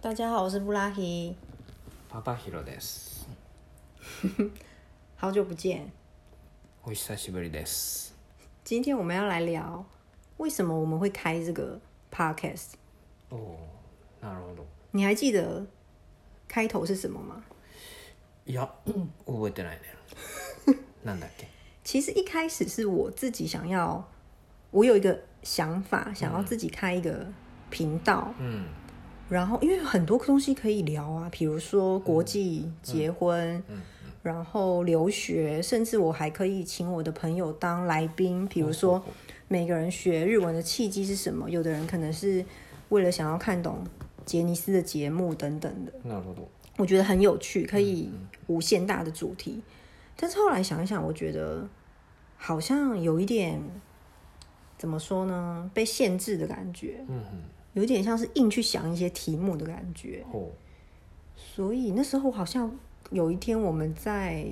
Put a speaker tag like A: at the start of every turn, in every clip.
A: 大家好，我是布拉希，
B: パパヒロです。
A: 好久不见。
B: お久しぶりです。
A: 今天我们要来聊为什么我们会开这个 podcast。
B: おおー、なるほど。
A: 你还记得开头是什么吗？
B: いや、 覚えてないね。 なんだっけ。
A: 其实一开始是我自己想要，我有一个想法，想要自己开一个频道，
B: うん、
A: 然后因为有很多东西可以聊啊，比如说国际、结婚，然后留学，甚至我还可以请我的朋友当来宾，比如说每个人学日文的契机是什么，有的人可能是为了想要看懂杰尼斯的节目等等的，
B: なるほど。
A: 我觉得很有趣，可以无限大的主题。但是后来想一想，我觉得好像有一点怎么说呢，被限制的感觉。
B: うんうん、
A: 有点像是硬去想一些题目的感觉。
B: ほ
A: 所以那时候好像有一天我们在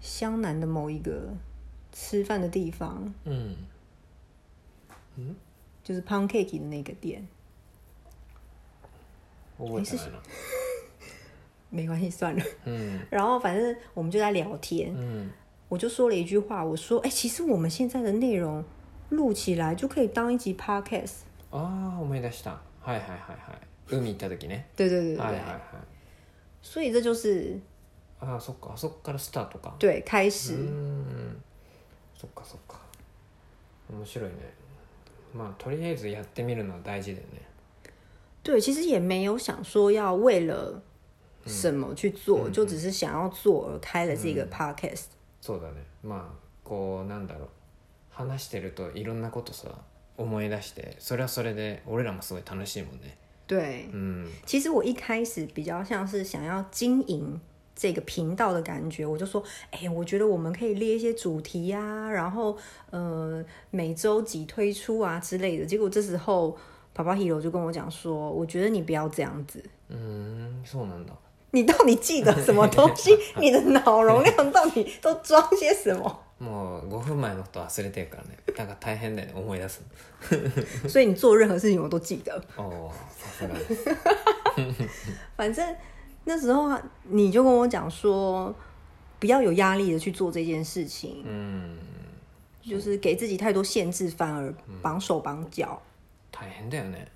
A: 湘南的某一个吃饭的地方，
B: う。うん。
A: 就是 Pound Cake 的那个店，
B: 覚えてないな。
A: 没关系，算了。
B: うん。
A: 然后反正我们就在聊天，
B: うん。
A: 我就说了一句话，我说：“哎、其实我们现在的内容录起来就可以当一集 Podcast。
B: ああ、思い出した。はいはいはいはい。海行った時ね。”
A: 对对对对
B: はい
A: 对
B: はいはい。
A: 所以这就是
B: ああ、そっか。あそっからスタートか。
A: 对开
B: う
A: 始。
B: ん。そっかそっか。面白いね。まあ、とりあえずやってみるのは大事だよね。
A: 对，其实也没有想说要为了什么去做，就只是想要做而开了这个 podcast。
B: そうだねまあこうなんだろう話してるといろんなことさ思い出してそれはそれで俺らもすごい楽しいもんね
A: 对，
B: うん
A: 其实我一开始比较像是想要经营这个频道的感觉，我就说，哎、我觉得我们可以列一些主题呀、然后呃每周几推出啊之类的。结果这时候，爸爸 hero 就跟我讲说，我觉得你不要这样子。
B: うーんそうなんだ
A: 你到底记得什么东西？你的脑容量到底都装些什么？
B: もう5分前のこと忘れてるからねなんか大変だよね思い出す
A: 所以你做任何事情我都记得。
B: のおおさすがです
A: 反正那时候啊你就跟我讲说，不要有压力的去做这件事情，
B: うん
A: 就是给自己太多限制，反而绑手绑脚。
B: 大変だよね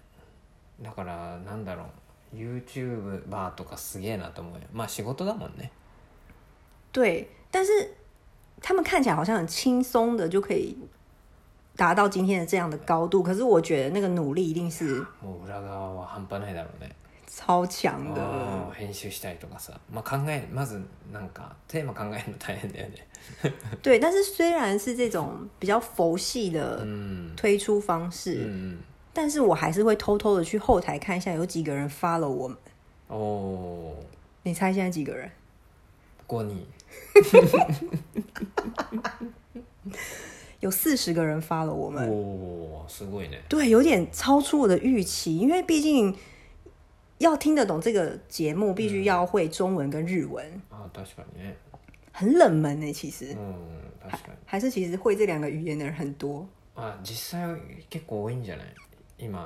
B: だからなんだろう YouTuber とかすげえなと思うよまあ仕事だもんね
A: 对，但是他们看起来好像很轻松的就可以达到今天的这样的高度，可是我觉得那个努力一定是
B: もう裏側は半端ないだろうね
A: 超强的。
B: あー編集したりとかさ、まあ、考えまずなんかテーマ考えるの大変だよね
A: 对，但是虽然是这种比较佛系的
B: うん
A: 推出方式，
B: うん
A: 但是我还是会偷偷的去后台看一下有几个人 follow 我们。
B: おお
A: 你猜现在几个人？
B: 5人
A: 有四十个人 follow 我
B: お
A: 们。
B: おーすごいね
A: 对，有点超出我的预期，因为毕竟要听得懂这个节目，必须要会中文跟日文，
B: あー確かにね
A: 很冷门呢、其
B: う
A: 实
B: ん確かに
A: 还是其实会这两个语言的人很多，
B: あ実際結構多いんじゃない今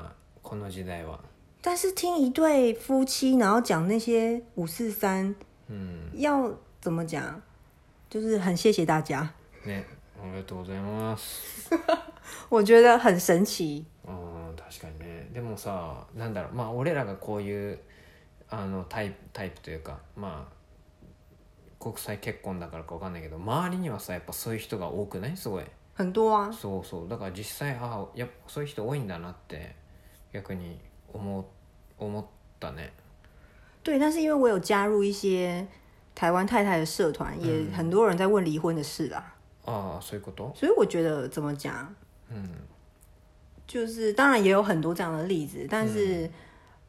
B: この時代は
A: 但是听一对夫妻然后讲那些五四三，
B: うん
A: 要怎么讲？就是很谢谢大家，
B: ねありがとうございます
A: 我觉得很神奇。
B: うん確かにねでもさなんだろうまあ俺らがこういうあのタイプタイプというかまあ国際結婚だからかわかんないけど周りにはさやっぱそういう人が多くないすごい
A: 很多啊，
B: そうそうだから実際あやっぱそういう人多いんだなって逆に思う思ったね
A: 对，但是因为我有加入一些台湾太太的社团，也很多人在问离婚的事啦，
B: ああそういうこと
A: 所以我觉得怎么讲，嗯
B: うん
A: 就是当然也有很多这样的例子，但是、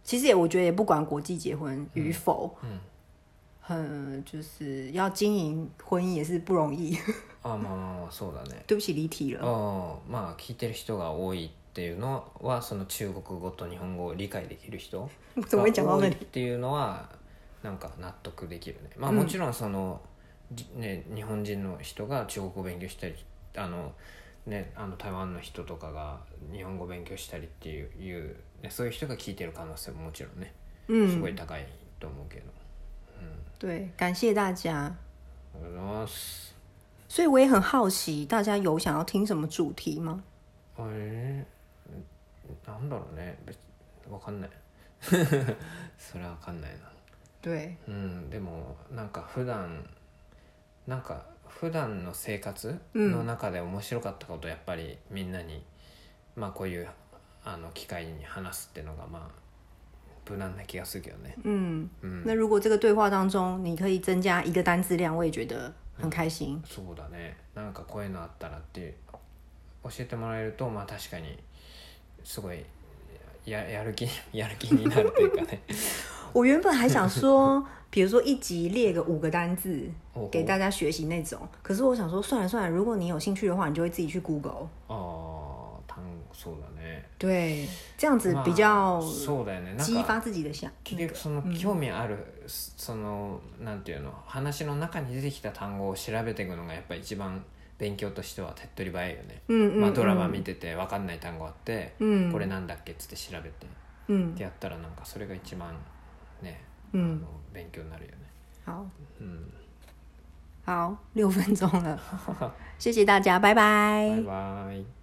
A: 其实也我觉得也不管国际结婚与否，
B: 嗯
A: 嗯，就是要经营婚姻也是不容易。
B: ああまあまあまあそうだね
A: 对不起，离题了。
B: ああまあ聞いてる人が多いっていうのはその中国語と日本語を理解できる人
A: 怎么会讲到
B: 多
A: 那
B: い
A: 里
B: っ？ていうのはなんか納得できるねまあもちろんその、じね、日本人の人が中国語勉強したりあの、ね、あの台湾の人とかが日本語勉強したりっていういう、ね、そういう人が聞いてる可能性ももちろんねすごい高いと思うけど、
A: 对，感谢大家。
B: ありがとうございます
A: 所以我也很好奇，大家有想要听什么主题吗？
B: えー、なんだろうね別わかんない それはわかんないな
A: 对，
B: うんでもなんか普段なんか普段の生活
A: うん
B: の中で面白かったことをやっぱりみんなに、まあこういうあの機会に話すっていうのがまあ無難な気がするけどね
A: 嗯，
B: うん
A: 那如果这个对话当中你可以增加一个单字量，我也觉得很开心。
B: そうだねなんかこういうのあったらっていう教えてもらえるとまあ確かにすごいややる気やる気になるというかね
A: 我原本还想 说，比如说一集列个五个单字
B: おお
A: 给大家学习那种，可是我想说，算了算了，如果你有兴趣的话，你就会自己去 Google。
B: ああ単そうだね
A: 对，这样子
B: まあ
A: 比较
B: そうだよねなん
A: 激
B: か
A: 发自己的想。
B: 結局その興味ある、そのなんていうの話の中に出てきた単語を調べていくのがやっぱ一番勉強としては手っ取り早いよね、
A: 嗯
B: まあ、
A: 嗯
B: ドラマ
A: 嗯
B: 見てて分かんない単語あって、
A: 嗯
B: これなんだっけっつって調べて
A: 嗯
B: ってやったらなんかそれが一番ね、あ
A: 嗯
B: の，勉強になるよね
A: 好
B: うん
A: 好，六分钟了，谢谢大家，拜拜
B: バイバイ